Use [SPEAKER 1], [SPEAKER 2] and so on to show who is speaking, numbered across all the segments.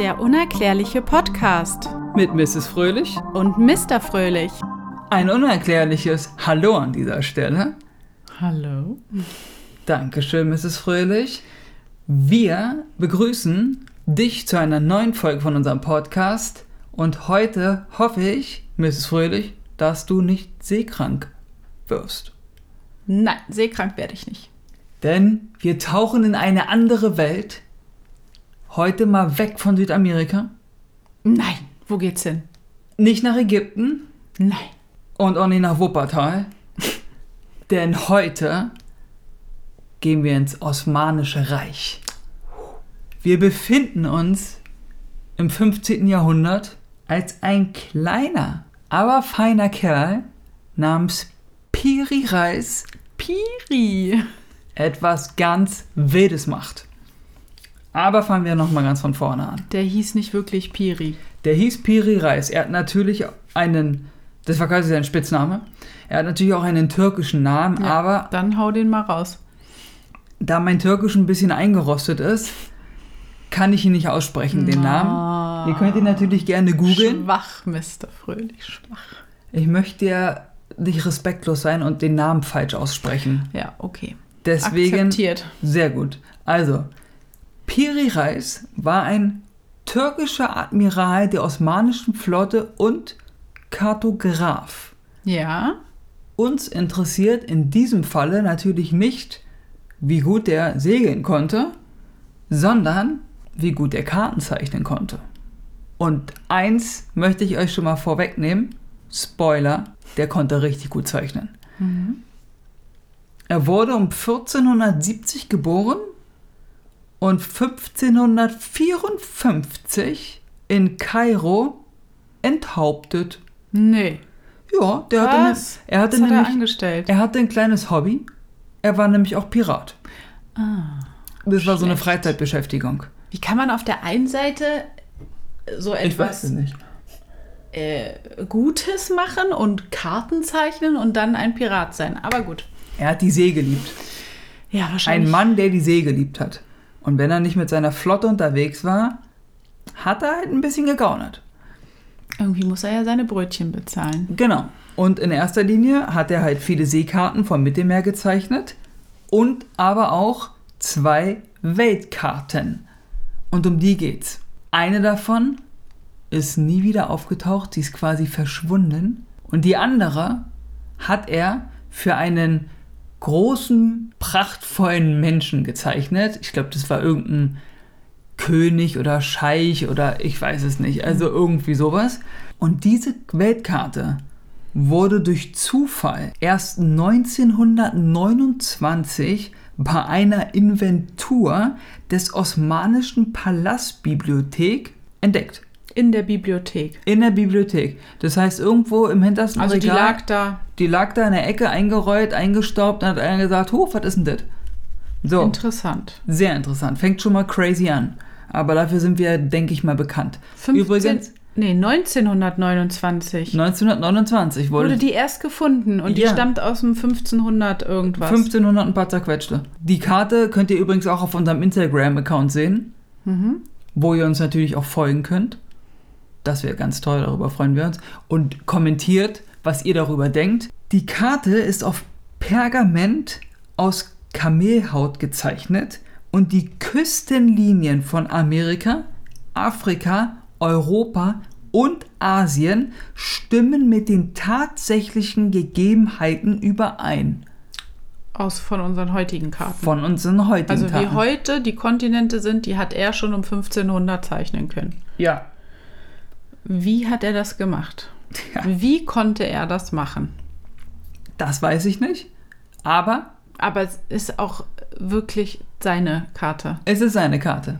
[SPEAKER 1] Der unerklärliche Podcast
[SPEAKER 2] mit Mrs. Fröhlich.
[SPEAKER 1] und Mr. Fröhlich.
[SPEAKER 2] Ein unerklärliches Hallo an dieser Stelle.
[SPEAKER 1] Hallo.
[SPEAKER 2] Dankeschön, Mrs. Fröhlich. Wir begrüßen dich zu einer neuen Folge von unserem Podcast. Und heute hoffe ich, Mrs. Fröhlich, dass du nicht seekrank wirst.
[SPEAKER 1] Nein, seekrank werde ich nicht.
[SPEAKER 2] Denn wir tauchen in eine andere Welt. Heute mal weg von Südamerika.
[SPEAKER 1] Nein, wo geht's hin?
[SPEAKER 2] Nicht nach Ägypten,
[SPEAKER 1] Nein.
[SPEAKER 2] Und auch nicht nach Wuppertal. Denn heute gehen wir ins Osmanische Reich. Wir befinden uns im 15. Jahrhundert, als ein kleiner, aber feiner Kerl namens Piri Reis
[SPEAKER 1] Piri.
[SPEAKER 2] etwas ganz Wildes macht. Aber fangen wir nochmal ganz von vorne an.
[SPEAKER 1] Der hieß nicht wirklich Piri.
[SPEAKER 2] Der hieß Piri Reis. Er hat natürlich einen, das war quasi sein Spitzname. Er hat natürlich auch einen türkischen Namen,
[SPEAKER 1] Ja,
[SPEAKER 2] aber
[SPEAKER 1] Dann hau den mal raus.
[SPEAKER 2] da mein Türkisch ein bisschen eingerostet ist, kann ich ihn nicht aussprechen, den Namen. Ihr könnt ihn natürlich gerne googeln.
[SPEAKER 1] Schwach, Mr. Fröhlich, schwach.
[SPEAKER 2] Ich möchte ja nicht respektlos sein und den Namen falsch aussprechen.
[SPEAKER 1] Ja, okay.
[SPEAKER 2] Deswegen
[SPEAKER 1] Akzeptiert.
[SPEAKER 2] Sehr gut. Also, Piri Reis war ein türkischer Admiral der osmanischen Flotte und Kartograf.
[SPEAKER 1] Ja.
[SPEAKER 2] Uns interessiert in diesem Falle natürlich nicht, wie gut er segeln konnte, sondern wie gut er Karten zeichnen konnte. Und eins möchte ich euch schon mal vorwegnehmen. Spoiler, der konnte richtig gut zeichnen.
[SPEAKER 1] Mhm.
[SPEAKER 2] Er wurde um 1470 geboren und 1554 in Kairo enthauptet.
[SPEAKER 1] Nee.
[SPEAKER 2] Ja, der hatte, eine,
[SPEAKER 1] Was?
[SPEAKER 2] er hatte
[SPEAKER 1] Das hat er
[SPEAKER 2] nämlich
[SPEAKER 1] angestellt.
[SPEAKER 2] er hatte ein kleines Hobby. Er war nämlich auch Pirat.
[SPEAKER 1] Ah.
[SPEAKER 2] Das war so eine
[SPEAKER 1] Schlecht.
[SPEAKER 2] Freizeitbeschäftigung.
[SPEAKER 1] Wie kann man auf der einen Seite so etwas
[SPEAKER 2] nicht.
[SPEAKER 1] äh, Gutes machen und Karten zeichnen und dann ein Pirat sein. Aber gut.
[SPEAKER 2] Er hat die See geliebt.
[SPEAKER 1] Ja,
[SPEAKER 2] Ein
[SPEAKER 1] wahrscheinlich.
[SPEAKER 2] Mann, der die See geliebt hat. Und wenn er nicht mit seiner Flotte unterwegs war, hat er halt ein bisschen gegaunert.
[SPEAKER 1] Irgendwie muss er ja seine Brötchen bezahlen.
[SPEAKER 2] Genau. Und in erster Linie hat er halt viele Seekarten vom Mittelmeer gezeichnet und aber auch zwei Weltkarten. Und um die geht's. Eine davon ist nie wieder aufgetaucht, sie ist quasi verschwunden. Und die andere hat er für einen großen, prachtvollen Menschen gezeichnet. Ich glaube, das war irgendein König oder Scheich oder ich weiß es nicht, also
[SPEAKER 1] Mhm.
[SPEAKER 2] irgendwie sowas. Und diese Weltkarte wurde durch Zufall erst 1929 bei einer Inventur des osmanischen Palastbibliothek entdeckt.
[SPEAKER 1] In der Bibliothek.
[SPEAKER 2] In der Bibliothek. Das heißt, irgendwo im hintersten
[SPEAKER 1] Also die
[SPEAKER 2] Regal-
[SPEAKER 1] lag da.
[SPEAKER 2] die lag da in der Ecke eingerollt, eingestaubt und hat einer gesagt, hoch, was ist denn das? So.
[SPEAKER 1] Interessant.
[SPEAKER 2] Sehr interessant. Fängt schon mal crazy an. Aber dafür sind wir, denke ich mal, bekannt.
[SPEAKER 1] 15,
[SPEAKER 2] Übrigens,
[SPEAKER 1] Nee, 1929
[SPEAKER 2] 1929 wurde,
[SPEAKER 1] wurde die erst gefunden und die
[SPEAKER 2] Ja.
[SPEAKER 1] stammt aus dem 1500 irgendwas.
[SPEAKER 2] 1500 ein paar zerquetschte. Die Karte könnt ihr übrigens auch auf unserem Instagram-Account sehen,
[SPEAKER 1] Mhm.
[SPEAKER 2] wo ihr uns natürlich auch folgen könnt. Das wäre ganz toll, darüber freuen wir uns. Und kommentiert, was ihr darüber denkt. Die Karte ist auf Pergament aus Kamelhaut gezeichnet und die Küstenlinien von Amerika, Afrika, Europa und Asien stimmen mit den tatsächlichen Gegebenheiten überein.
[SPEAKER 1] Aus von unseren heutigen Karten.
[SPEAKER 2] Von unseren heutigen
[SPEAKER 1] Also wie
[SPEAKER 2] Tagen.
[SPEAKER 1] heute die Kontinente sind, die hat er schon um 1500 zeichnen können.
[SPEAKER 2] ja.
[SPEAKER 1] Wie hat er das gemacht?
[SPEAKER 2] ja,
[SPEAKER 1] Wie konnte er das machen?
[SPEAKER 2] das weiß ich nicht. Aber
[SPEAKER 1] Aber es ist auch wirklich seine Karte.
[SPEAKER 2] es ist seine Karte.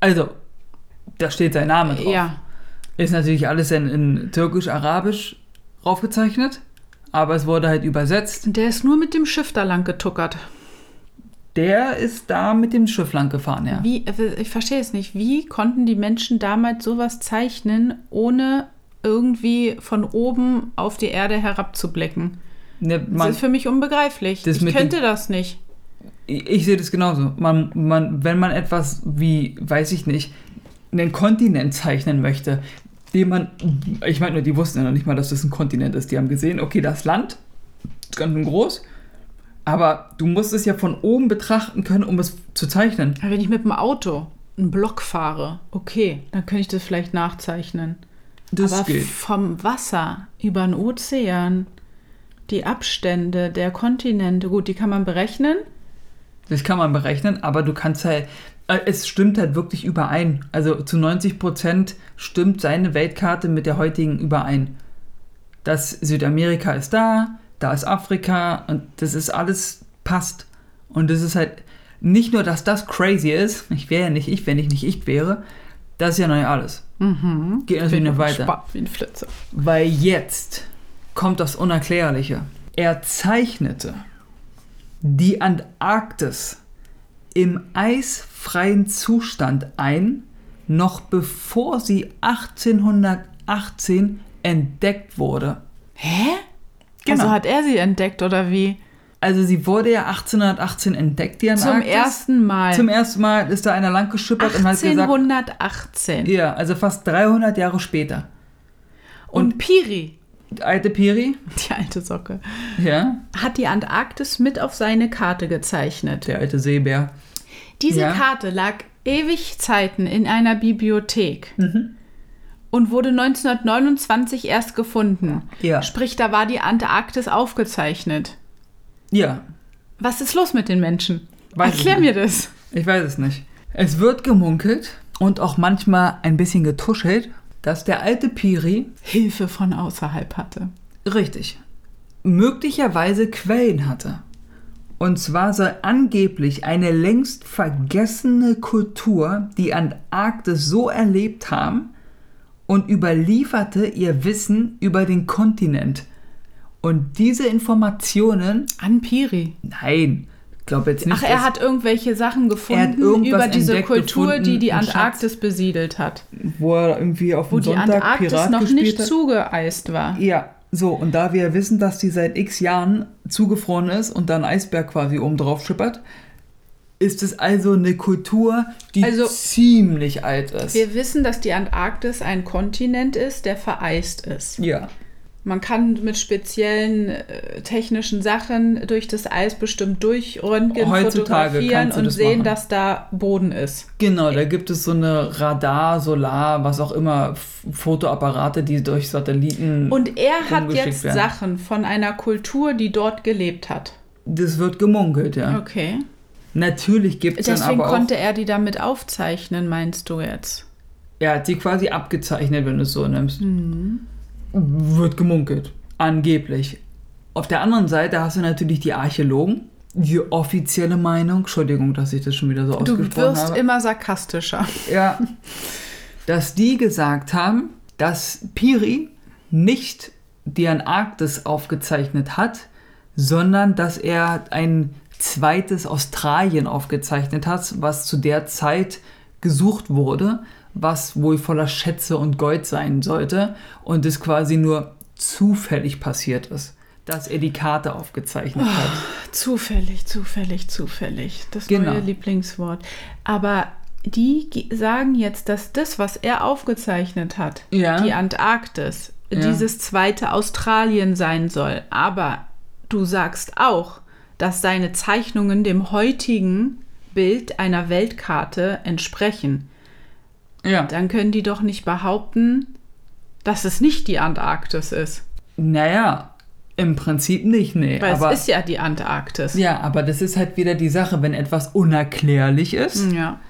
[SPEAKER 2] Also, da steht sein Name drauf.
[SPEAKER 1] Ja,
[SPEAKER 2] Ist natürlich alles in, in Türkisch-Arabisch draufgezeichnet, aber es wurde halt übersetzt.
[SPEAKER 1] der ist nur mit dem Schiff da lang getuckert.
[SPEAKER 2] Der ist da mit dem Schiff lang gefahren, ja.
[SPEAKER 1] Wie, ich verstehe es nicht. Wie konnten die Menschen damals sowas zeichnen, ohne irgendwie von oben auf die Erde herabzublicken?
[SPEAKER 2] Ne,
[SPEAKER 1] Das
[SPEAKER 2] man,
[SPEAKER 1] ist für mich unbegreiflich.
[SPEAKER 2] Das
[SPEAKER 1] Ich
[SPEAKER 2] mit dem-
[SPEAKER 1] könnte das nicht.
[SPEAKER 2] ich ich sehe das genauso. Man, man, wenn man etwas wie, weiß ich nicht, einen Kontinent zeichnen möchte, den man, ich meine nur, die wussten ja noch nicht mal, dass das ein Kontinent ist. Die haben gesehen, okay, das Land ist ganz schön groß, aber du musst es ja von oben betrachten können, um es zu zeichnen.
[SPEAKER 1] Aber Wenn ich mit dem Auto einen Block fahre, okay, dann könnte ich das vielleicht nachzeichnen.
[SPEAKER 2] Das
[SPEAKER 1] Aber
[SPEAKER 2] geht.
[SPEAKER 1] vom Wasser über den Ozean, die Abstände der Kontinente, gut, die kann man berechnen.
[SPEAKER 2] Das kann man berechnen, aber du kannst halt, äh, es stimmt halt wirklich überein. Also zu 90 Prozent stimmt seine Weltkarte mit der heutigen überein. Das Südamerika ist da, da ist Afrika und das ist alles passt. Und das ist halt nicht nur, dass das crazy ist, ich wäre ja nicht ich, wenn ich nicht ich wäre, das ist ja noch nicht alles.
[SPEAKER 1] Mhm.
[SPEAKER 2] Geht natürlich noch weiter.
[SPEAKER 1] gespannt wie ein Flitzer.
[SPEAKER 2] Weil jetzt kommt das Unerklärliche. Er zeichnete die Antarktis im eisfreien Zustand ein, noch bevor sie 1818 entdeckt wurde.
[SPEAKER 1] Hä?
[SPEAKER 2] Genau.
[SPEAKER 1] Also hat er sie entdeckt oder wie?
[SPEAKER 2] Also sie wurde ja 1818 entdeckt, die
[SPEAKER 1] Zum
[SPEAKER 2] Antarktis.
[SPEAKER 1] ersten Mal.
[SPEAKER 2] Zum ersten Mal ist da einer lang geschippert und hat gesagt,
[SPEAKER 1] 1818.
[SPEAKER 2] ja, also fast 300 Jahre später.
[SPEAKER 1] und Piri,
[SPEAKER 2] Die Alte Piri,
[SPEAKER 1] die alte Socke,
[SPEAKER 2] ja,
[SPEAKER 1] hat die Antarktis mit auf seine Karte gezeichnet.
[SPEAKER 2] der alte Seebär.
[SPEAKER 1] Diese
[SPEAKER 2] Ja.
[SPEAKER 1] Karte lag ewig Zeiten in einer Bibliothek
[SPEAKER 2] Mhm.
[SPEAKER 1] und wurde 1929 erst gefunden.
[SPEAKER 2] Ja.
[SPEAKER 1] Sprich, da war die Antarktis aufgezeichnet.
[SPEAKER 2] Ja,
[SPEAKER 1] Was ist los mit den Menschen?
[SPEAKER 2] Weiß ich
[SPEAKER 1] Erklär
[SPEAKER 2] nicht.
[SPEAKER 1] mir das.
[SPEAKER 2] Ich weiß es nicht. Es wird gemunkelt und auch manchmal ein bisschen getuschelt, dass der alte Piri
[SPEAKER 1] Hilfe von außerhalb hatte.
[SPEAKER 2] richtig möglicherweise Quellen hatte. Und zwar soll angeblich eine längst vergessene Kultur die Antarktis so erlebt haben und überlieferte ihr Wissen über den Kontinent. Und diese Informationen,
[SPEAKER 1] An Piri.
[SPEAKER 2] nein, ich glaube jetzt nicht.
[SPEAKER 1] Ach, er
[SPEAKER 2] dass-
[SPEAKER 1] hat irgendwelche Sachen gefunden
[SPEAKER 2] irgendwas
[SPEAKER 1] über diese
[SPEAKER 2] entdeckt,
[SPEAKER 1] Kultur, die
[SPEAKER 2] gefunden,
[SPEAKER 1] die
[SPEAKER 2] einen Schatz.
[SPEAKER 1] Antarktis besiedelt hat.
[SPEAKER 2] wo er irgendwie auf
[SPEAKER 1] Wo
[SPEAKER 2] dem
[SPEAKER 1] die
[SPEAKER 2] Sonntag
[SPEAKER 1] Antarktis
[SPEAKER 2] Pirat
[SPEAKER 1] noch
[SPEAKER 2] gespielt
[SPEAKER 1] nicht
[SPEAKER 2] hat.
[SPEAKER 1] zugeeist war.
[SPEAKER 2] Ja, so, und da wir wissen, dass die seit x Jahren zugefroren ist und da ein Eisberg quasi oben drauf schippert, ist es also eine Kultur, die
[SPEAKER 1] Also-
[SPEAKER 2] ziemlich alt ist.
[SPEAKER 1] Wir wissen, dass die Antarktis ein Kontinent ist, der vereist ist.
[SPEAKER 2] ja,
[SPEAKER 1] Man kann mit speziellen äh, technischen Sachen durch das Eis bestimmt durchröntgen,
[SPEAKER 2] Heutzutage
[SPEAKER 1] fotografieren
[SPEAKER 2] kannst du
[SPEAKER 1] und
[SPEAKER 2] das
[SPEAKER 1] sehen,
[SPEAKER 2] machen.
[SPEAKER 1] dass da Boden ist.
[SPEAKER 2] genau, da gibt es so eine Radar, Solar, was auch immer, F Fotoapparate, die durch Satelliten.
[SPEAKER 1] Und er hat
[SPEAKER 2] Rumgeschickt
[SPEAKER 1] jetzt
[SPEAKER 2] werden.
[SPEAKER 1] Sachen von einer Kultur, die dort gelebt hat.
[SPEAKER 2] das wird gemunkelt, ja.
[SPEAKER 1] Okay.
[SPEAKER 2] Natürlich gibt es dann
[SPEAKER 1] Deswegen
[SPEAKER 2] aber auch.
[SPEAKER 1] konnte er die damit aufzeichnen, meinst du jetzt?
[SPEAKER 2] Er hat sie quasi abgezeichnet, wenn du es so nimmst.
[SPEAKER 1] Mhm.
[SPEAKER 2] Wird gemunkelt. Angeblich. Auf der anderen Seite hast du natürlich die Archäologen. Die offizielle Meinung, Entschuldigung, dass ich das schon wieder so
[SPEAKER 1] Du
[SPEAKER 2] ausgesprochen
[SPEAKER 1] wirst
[SPEAKER 2] habe.
[SPEAKER 1] immer sarkastischer.
[SPEAKER 2] ja, dass die gesagt haben, dass Piri nicht die Antarktis aufgezeichnet hat, sondern dass er ein zweites Australien aufgezeichnet hat, was zu der Zeit gesucht wurde, was wohl voller Schätze und Gold sein sollte und es quasi nur zufällig passiert ist, dass er die Karte aufgezeichnet hat.
[SPEAKER 1] Zufällig, zufällig, zufällig. Das
[SPEAKER 2] Genau.
[SPEAKER 1] neue Lieblingswort. Aber die ge- sagen jetzt, dass das, was er aufgezeichnet hat,
[SPEAKER 2] Ja.
[SPEAKER 1] die Antarktis,
[SPEAKER 2] Ja.
[SPEAKER 1] dieses zweite Australien sein soll. Aber du sagst auch, dass seine Zeichnungen dem heutigen Bild einer Weltkarte entsprechen.
[SPEAKER 2] Ja.
[SPEAKER 1] Dann können die doch nicht behaupten, dass es nicht die Antarktis ist.
[SPEAKER 2] Naja, im Prinzip nicht, nee.
[SPEAKER 1] Weil
[SPEAKER 2] aber
[SPEAKER 1] es ist ja die Antarktis.
[SPEAKER 2] Ja, aber das ist halt wieder die Sache, wenn etwas unerklärlich ist,
[SPEAKER 1] Hm, ja.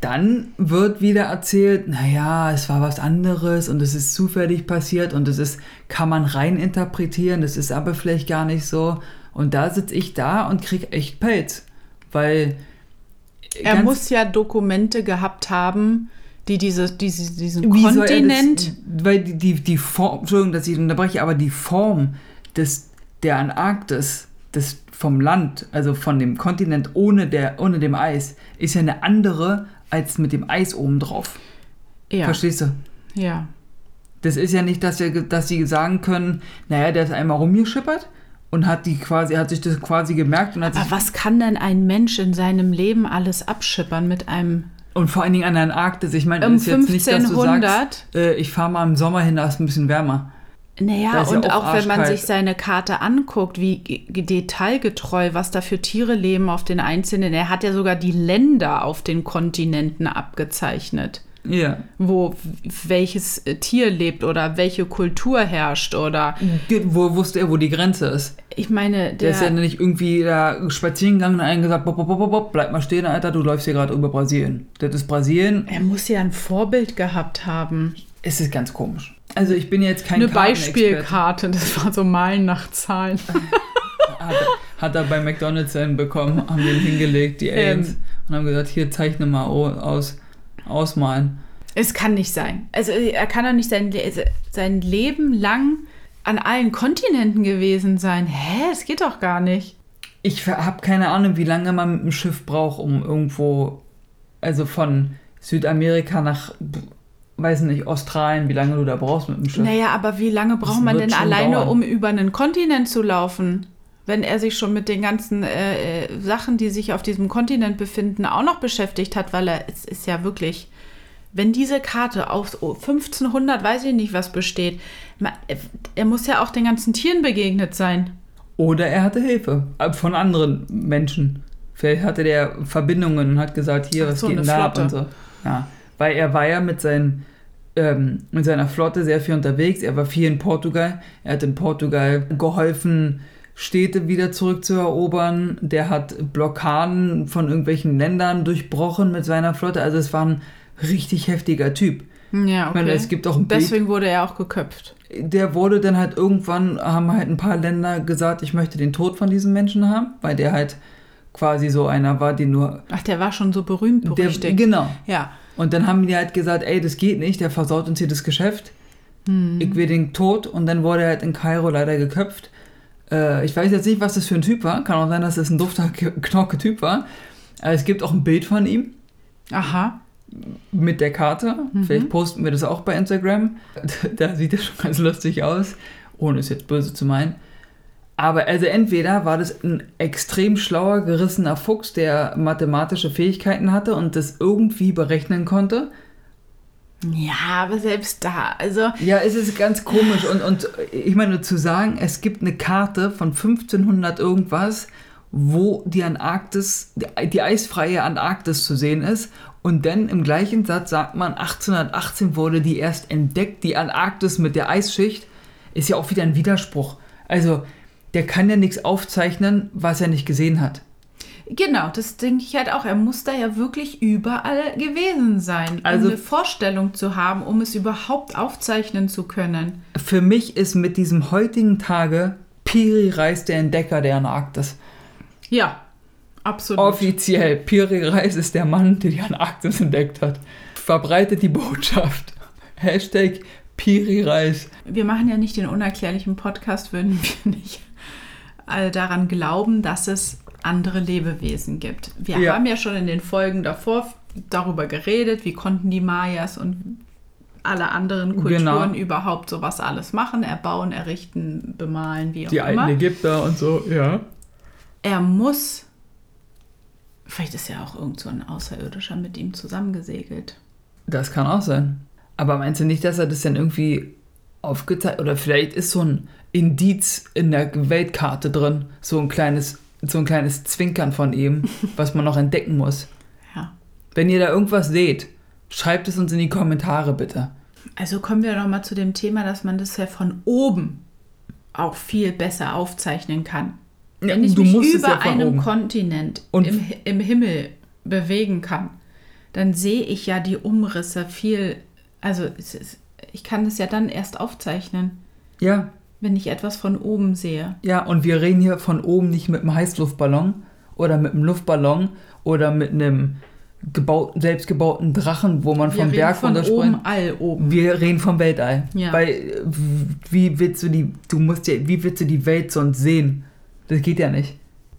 [SPEAKER 2] dann wird wieder erzählt, naja, es war was anderes und es ist zufällig passiert und es ist, kann man rein interpretieren, das ist aber vielleicht gar nicht so. Und da sitze ich da und krieg echt Pelz, weil
[SPEAKER 1] Er
[SPEAKER 2] ganz-
[SPEAKER 1] muss ja Dokumente gehabt haben, die diese, diese, diesen
[SPEAKER 2] wie soll er
[SPEAKER 1] Kontinent.
[SPEAKER 2] Das, weil die, die, die Form, Entschuldigung, dass ich unterbreche, aber die Form des, der Antarktis, des, vom Land, also von dem Kontinent ohne, der, ohne dem Eis, ist ja eine andere als mit dem Eis obendrauf.
[SPEAKER 1] ja,
[SPEAKER 2] Verstehst du?
[SPEAKER 1] ja.
[SPEAKER 2] Das ist ja nicht, dass, wir, ge- dass sie sagen können, naja, der ist einmal rumgeschippert und hat, die quasi, hat sich das quasi gemerkt und hat sich
[SPEAKER 1] Aber was kann denn ein Mensch in seinem Leben alles abschippern mit einem
[SPEAKER 2] Und vor allen Dingen an der Arktis. Ich meine,
[SPEAKER 1] Um
[SPEAKER 2] ist jetzt nicht, dass du
[SPEAKER 1] 1500?
[SPEAKER 2] sagst, äh, ich fahre mal im Sommer hin, da ist ein bisschen wärmer. Da
[SPEAKER 1] Naja,
[SPEAKER 2] ist ja
[SPEAKER 1] und
[SPEAKER 2] auch
[SPEAKER 1] auch wenn man
[SPEAKER 2] arschkalt.
[SPEAKER 1] sich seine Karte anguckt, wie ge- detailgetreu, was da für Tiere leben auf den einzelnen. Er hat ja sogar die Länder auf den Kontinenten abgezeichnet,
[SPEAKER 2] Ja.
[SPEAKER 1] wo w- welches äh, Tier lebt oder welche Kultur herrscht oder
[SPEAKER 2] Ge- Wo wusste er, wo die Grenze ist?
[SPEAKER 1] ich meine,
[SPEAKER 2] Der
[SPEAKER 1] der,
[SPEAKER 2] ist ja nicht irgendwie da spazieren gegangen und einen gesagt, bob, bob, bob, bob, bob, bleib mal stehen, Alter, du läufst hier gerade über Brasilien. Das ist Brasilien.
[SPEAKER 1] er muss ja ein Vorbild gehabt haben.
[SPEAKER 2] Es ist ganz komisch. Also ich bin jetzt kein
[SPEAKER 1] Eine
[SPEAKER 2] Kartenexperte.
[SPEAKER 1] Beispielkarte, das war so Malen nach Zahlen.
[SPEAKER 2] Hat, hat er bei McDonalds einen bekommen, haben den hingelegt, die Aliens,
[SPEAKER 1] Ähm.
[SPEAKER 2] und haben gesagt, hier zeichne mal o- aus, ausmalen.
[SPEAKER 1] Es kann nicht sein. Also äh, er kann doch nicht sein, Le se- sein Leben lang an allen Kontinenten gewesen sein. Hä? Es geht doch gar nicht.
[SPEAKER 2] Ich habe keine Ahnung, wie lange man mit dem Schiff braucht, um irgendwo, also von Südamerika nach, weiß nicht, Australien, wie lange du da brauchst mit dem Schiff.
[SPEAKER 1] Naja, aber wie lange braucht
[SPEAKER 2] Das
[SPEAKER 1] man
[SPEAKER 2] wird
[SPEAKER 1] denn
[SPEAKER 2] schon
[SPEAKER 1] alleine,
[SPEAKER 2] dauern.
[SPEAKER 1] um über einen Kontinent zu laufen? Wenn er sich schon mit den ganzen äh, äh, Sachen, die sich auf diesem Kontinent befinden, auch noch beschäftigt hat, weil er, es ist ja wirklich, wenn diese Karte auf oh, 1500, weiß ich nicht, was besteht, ma- er- er muss ja auch den ganzen Tieren begegnet sein.
[SPEAKER 2] Oder er hatte Hilfe äh, von anderen Menschen. Vielleicht hatte der Verbindungen und hat gesagt, hier,
[SPEAKER 1] Ach
[SPEAKER 2] was
[SPEAKER 1] so,
[SPEAKER 2] geht
[SPEAKER 1] eine
[SPEAKER 2] denn da ab und
[SPEAKER 1] Flotte.
[SPEAKER 2] so. Ja, weil er war ja mit, seinen, ähm, mit seiner Flotte sehr viel unterwegs. Er war viel in Portugal. Er hat in Portugal geholfen, Städte wieder zurückzuerobern. Der hat Blockaden von irgendwelchen Ländern durchbrochen mit seiner Flotte. Also es war ein richtig heftiger Typ.
[SPEAKER 1] Ja, okay.
[SPEAKER 2] Ich meine, es gibt auch ein Bild
[SPEAKER 1] Deswegen wurde er auch geköpft.
[SPEAKER 2] der wurde dann halt irgendwann, haben halt ein paar Länder gesagt, ich möchte den Tod von diesem Menschen haben, weil der halt quasi so einer war, den nur.
[SPEAKER 1] Ach, der war schon so berühmt,
[SPEAKER 2] Der,
[SPEAKER 1] berüchtigt.
[SPEAKER 2] genau.
[SPEAKER 1] ja.
[SPEAKER 2] Und dann haben die halt gesagt, ey, das geht nicht, der versaut uns hier das Geschäft. Ich will den Tod. Und dann wurde er halt in Kairo leider geköpft. Äh, ich weiß jetzt nicht, was das für ein Typ war. Kann auch sein, dass es das ein dufter, knorke Typ war. Aber es gibt auch ein Bild von ihm
[SPEAKER 1] Aha.
[SPEAKER 2] mit der Karte. Vielleicht posten wir das auch bei Instagram. Da sieht er schon ganz lustig aus, ohne es jetzt böse zu meinen. Aber also entweder war das ein extrem schlauer, gerissener Fuchs, der mathematische Fähigkeiten hatte und das irgendwie berechnen konnte.
[SPEAKER 1] Ja, aber selbst da, also
[SPEAKER 2] Ja, es ist ganz komisch. Und, und ich meine, zu sagen, es gibt eine Karte von 1500 irgendwas, wo die Antarktis, die, die eisfreie Antarktis zu sehen ist. Und dann im gleichen Satz sagt man, 1818 wurde die erst entdeckt, die Antarktis mit der Eisschicht, ist ja auch wieder ein Widerspruch. Also, der kann ja nichts aufzeichnen, was er nicht gesehen hat.
[SPEAKER 1] genau, das denke ich halt auch. Er muss da ja wirklich überall gewesen sein,
[SPEAKER 2] Also-
[SPEAKER 1] um eine Vorstellung zu haben, um es überhaupt aufzeichnen zu können.
[SPEAKER 2] Für mich ist mit diesem heutigen Tage Piri Reis der Entdecker der Antarktis.
[SPEAKER 1] Ja, absolut.
[SPEAKER 2] Offiziell, Piri Reis ist der Mann, der die Antarktis entdeckt hat. Verbreitet die Botschaft. Hashtag Piri Reis.
[SPEAKER 1] Wir machen ja nicht den unerklärlichen Podcast, würden wir nicht äh, daran glauben, dass es andere Lebewesen gibt. Wir
[SPEAKER 2] Ja.
[SPEAKER 1] haben ja schon in den Folgen davor darüber geredet, wie konnten die Mayas und alle anderen Kulturen
[SPEAKER 2] Genau.
[SPEAKER 1] überhaupt sowas alles machen, erbauen, errichten, bemalen, wie auch
[SPEAKER 2] Die alten
[SPEAKER 1] immer.
[SPEAKER 2] Ägypter und so, ja.
[SPEAKER 1] Er muss, vielleicht ist ja auch irgend so ein Außerirdischer mit ihm zusammengesegelt.
[SPEAKER 2] Das kann auch sein. Aber meinst du nicht, dass er das dann irgendwie aufgezeigt oder vielleicht ist so ein Indiz in der Weltkarte drin, so ein kleines so ein kleines Zwinkern von ihm, was man noch entdecken muss.
[SPEAKER 1] Ja.
[SPEAKER 2] Wenn ihr da irgendwas seht, schreibt es uns in die Kommentare bitte.
[SPEAKER 1] Also kommen wir nochmal zu dem Thema, dass man das ja von oben auch viel besser aufzeichnen kann.
[SPEAKER 2] Ja,
[SPEAKER 1] Wenn ich
[SPEAKER 2] du
[SPEAKER 1] mich
[SPEAKER 2] musst es
[SPEAKER 1] über
[SPEAKER 2] ja von
[SPEAKER 1] einem
[SPEAKER 2] oben.
[SPEAKER 1] Kontinent
[SPEAKER 2] Und-
[SPEAKER 1] im, Hi- im Himmel bewegen kann, dann sehe ich ja die Umrisse viel. Also es ist, ich kann das ja dann erst aufzeichnen,
[SPEAKER 2] Ja,
[SPEAKER 1] wenn ich etwas von oben sehe.
[SPEAKER 2] Ja, und wir reden hier von oben nicht mit einem Heißluftballon oder mit einem Luftballon oder mit einem gebauten, selbstgebauten Drachen, wo man
[SPEAKER 1] Wir
[SPEAKER 2] vom
[SPEAKER 1] reden
[SPEAKER 2] Berg
[SPEAKER 1] von
[SPEAKER 2] runterspringt.
[SPEAKER 1] oben, all oben.
[SPEAKER 2] Wir reden vom Weltall.
[SPEAKER 1] Ja.
[SPEAKER 2] Weil äh, wie willst du die, du musst ja, wie willst du die Welt sonst sehen? Das geht ja nicht.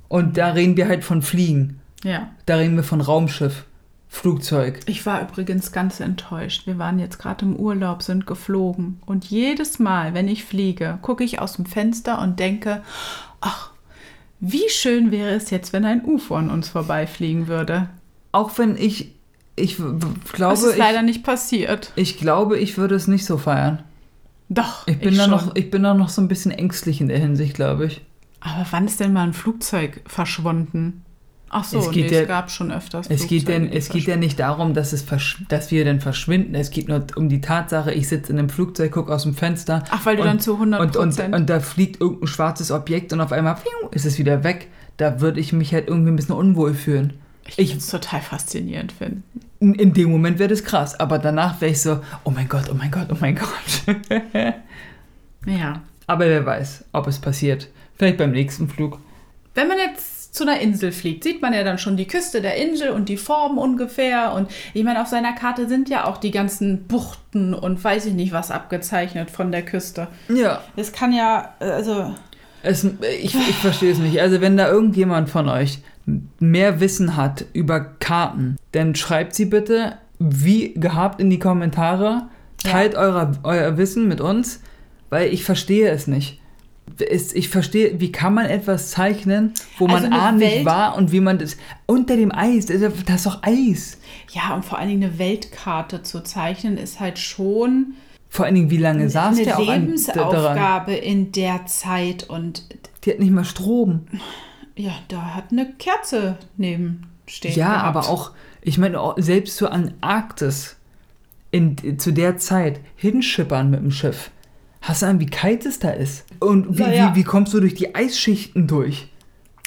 [SPEAKER 2] Und da reden wir halt von Fliegen.
[SPEAKER 1] Ja.
[SPEAKER 2] Da reden wir von Raumschiff, Flugzeug.
[SPEAKER 1] Ich war übrigens ganz enttäuscht. Wir waren jetzt gerade im Urlaub, sind geflogen. Und jedes Mal, wenn ich fliege, gucke ich aus dem Fenster und denke, ach, wie schön wäre es jetzt, wenn ein UFO an uns vorbeifliegen würde.
[SPEAKER 2] Auch wenn ich Ich w- w-
[SPEAKER 1] Das
[SPEAKER 2] glaube,
[SPEAKER 1] ist leider
[SPEAKER 2] ich,
[SPEAKER 1] nicht passiert.
[SPEAKER 2] ich glaube, ich würde es nicht so feiern.
[SPEAKER 1] Doch,
[SPEAKER 2] Ich bin, da
[SPEAKER 1] schon.
[SPEAKER 2] noch, ich bin da noch so ein bisschen ängstlich in der Hinsicht, glaube ich.
[SPEAKER 1] Aber wann ist denn mal ein Flugzeug verschwunden? Ach so,
[SPEAKER 2] Es
[SPEAKER 1] es,
[SPEAKER 2] geht
[SPEAKER 1] nee,
[SPEAKER 2] ja-
[SPEAKER 1] es gab schon öfters
[SPEAKER 2] Es geht,
[SPEAKER 1] Flugzeuge,
[SPEAKER 2] denn,
[SPEAKER 1] die
[SPEAKER 2] es geht ja nicht darum, dass, es versch- dass wir denn verschwinden. Es geht nur um die Tatsache, ich sitze in einem Flugzeug, gucke aus dem Fenster.
[SPEAKER 1] Ach, weil du dann zu 100
[SPEAKER 2] und, und,
[SPEAKER 1] Prozent.
[SPEAKER 2] und da fliegt irgendein schwarzes Objekt und auf einmal piu, ist es wieder weg. Da würde ich mich halt irgendwie ein bisschen unwohl fühlen.
[SPEAKER 1] ich würde es total faszinierend finden.
[SPEAKER 2] In, in dem Moment wäre das krass, aber danach wäre ich so, oh mein Gott, oh mein Gott, oh mein Gott.
[SPEAKER 1] Ja.
[SPEAKER 2] aber wer weiß, ob es passiert. Vielleicht beim nächsten Flug.
[SPEAKER 1] Wenn man jetzt zu einer Insel fliegt, sieht man ja dann schon die Küste der Insel und die Form ungefähr. Und ich meine, auf seiner Karte sind ja auch die ganzen Buchten und weiß ich nicht was abgezeichnet von der Küste.
[SPEAKER 2] Ja.
[SPEAKER 1] Das kann ja, äh, also
[SPEAKER 2] Es, ich ich verstehe es nicht. Also wenn da irgendjemand von euch mehr Wissen hat über Karten, dann schreibt sie bitte wie gehabt in die Kommentare.
[SPEAKER 1] Ja.
[SPEAKER 2] Teilt euer, euer Wissen mit uns, weil ich verstehe es nicht. Es, ich verstehe, wie kann man etwas zeichnen, wo
[SPEAKER 1] Also
[SPEAKER 2] man
[SPEAKER 1] eine
[SPEAKER 2] A nicht
[SPEAKER 1] Welt-
[SPEAKER 2] war und wie man das... Unter dem Eis, das ist ja- das ist doch Eis.
[SPEAKER 1] ja, und vor allen Dingen eine Weltkarte zu zeichnen, ist halt schon
[SPEAKER 2] Vor allen Dingen, wie lange saß
[SPEAKER 1] eine
[SPEAKER 2] der auch an, d- daran?
[SPEAKER 1] Lebensaufgabe in der Zeit. Und
[SPEAKER 2] Die hat nicht mal Strom.
[SPEAKER 1] ja, da hat eine Kerze neben stehen.
[SPEAKER 2] Ja,
[SPEAKER 1] gehabt.
[SPEAKER 2] aber auch, ich meine, auch selbst zur Antarktis in, zu der Zeit hinschippern mit dem Schiff. Hast du an, wie kalt es da ist? Und wie,
[SPEAKER 1] Na ja.
[SPEAKER 2] wie, wie kommst du durch die Eisschichten durch?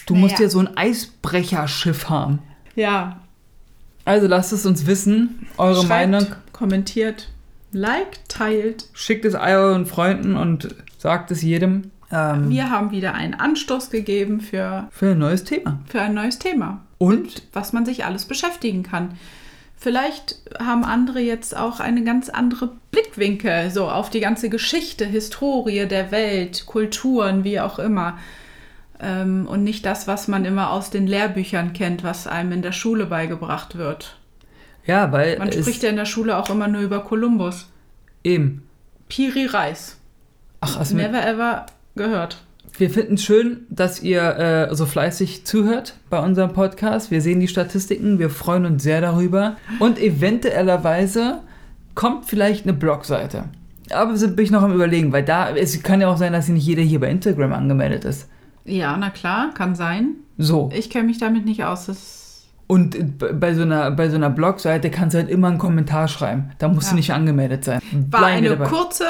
[SPEAKER 2] Du
[SPEAKER 1] Na
[SPEAKER 2] musst
[SPEAKER 1] ja.
[SPEAKER 2] ja so ein Eisbrecherschiff haben.
[SPEAKER 1] Ja,
[SPEAKER 2] Also lasst es uns wissen, eure
[SPEAKER 1] schreibt,
[SPEAKER 2] Meinung.
[SPEAKER 1] kommentiert, liked, teilt.
[SPEAKER 2] Schickt es all euren Freunden und sagt es jedem ähm,
[SPEAKER 1] Wir haben wieder einen Anstoß gegeben für,
[SPEAKER 2] für ein neues Thema.
[SPEAKER 1] für ein neues Thema,
[SPEAKER 2] Und
[SPEAKER 1] was man sich alles beschäftigen kann. Vielleicht haben andere jetzt auch eine ganz andere Blickwinkel so auf die ganze Geschichte, Historie der Welt, Kulturen, wie auch immer. Ähm, und nicht das, was man immer aus den Lehrbüchern kennt, was einem in der Schule beigebracht wird.
[SPEAKER 2] ja, weil
[SPEAKER 1] Man
[SPEAKER 2] es
[SPEAKER 1] spricht ja in der Schule auch immer nur über Kolumbus.
[SPEAKER 2] eben.
[SPEAKER 1] Piri Reis.
[SPEAKER 2] Ach, also mir
[SPEAKER 1] Never ever gehört.
[SPEAKER 2] Wir finden es schön, dass ihr äh, so fleißig zuhört bei unserem Podcast. Wir sehen die Statistiken, wir freuen uns sehr darüber. Und eventuellerweise kommt vielleicht eine Blogseite. Aber so bin ich noch am Überlegen, weil da, es kann ja auch sein, dass nicht jeder hier bei Instagram angemeldet ist.
[SPEAKER 1] Ja, na klar, kann sein.
[SPEAKER 2] So.
[SPEAKER 1] Ich kenne mich damit nicht aus. Das
[SPEAKER 2] Und äh, b- bei so einer, bei so einer Blogseite kannst du halt immer einen Kommentar schreiben. Da musst
[SPEAKER 1] Ja.
[SPEAKER 2] du nicht angemeldet sein.
[SPEAKER 1] war
[SPEAKER 2] Bleiben wir
[SPEAKER 1] eine
[SPEAKER 2] dabei.
[SPEAKER 1] kurze,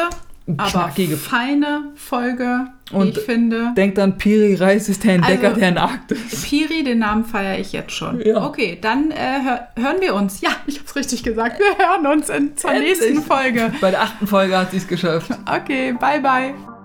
[SPEAKER 1] aber
[SPEAKER 2] Knackige-
[SPEAKER 1] feine Folge, wie
[SPEAKER 2] Und-
[SPEAKER 1] ich finde.
[SPEAKER 2] Denkt an Piri Reis ist der Entdecker
[SPEAKER 1] Also-
[SPEAKER 2] der Antarktis.
[SPEAKER 1] Piri, den Namen feiere ich jetzt schon.
[SPEAKER 2] Ja.
[SPEAKER 1] Okay, dann äh, hör, hören wir uns. Ja, ich habe es richtig gesagt. Wir hören uns in, zur
[SPEAKER 2] Endlich.
[SPEAKER 1] nächsten Folge.
[SPEAKER 2] Bei der achten Folge hat sie es geschafft.
[SPEAKER 1] Okay, bye bye.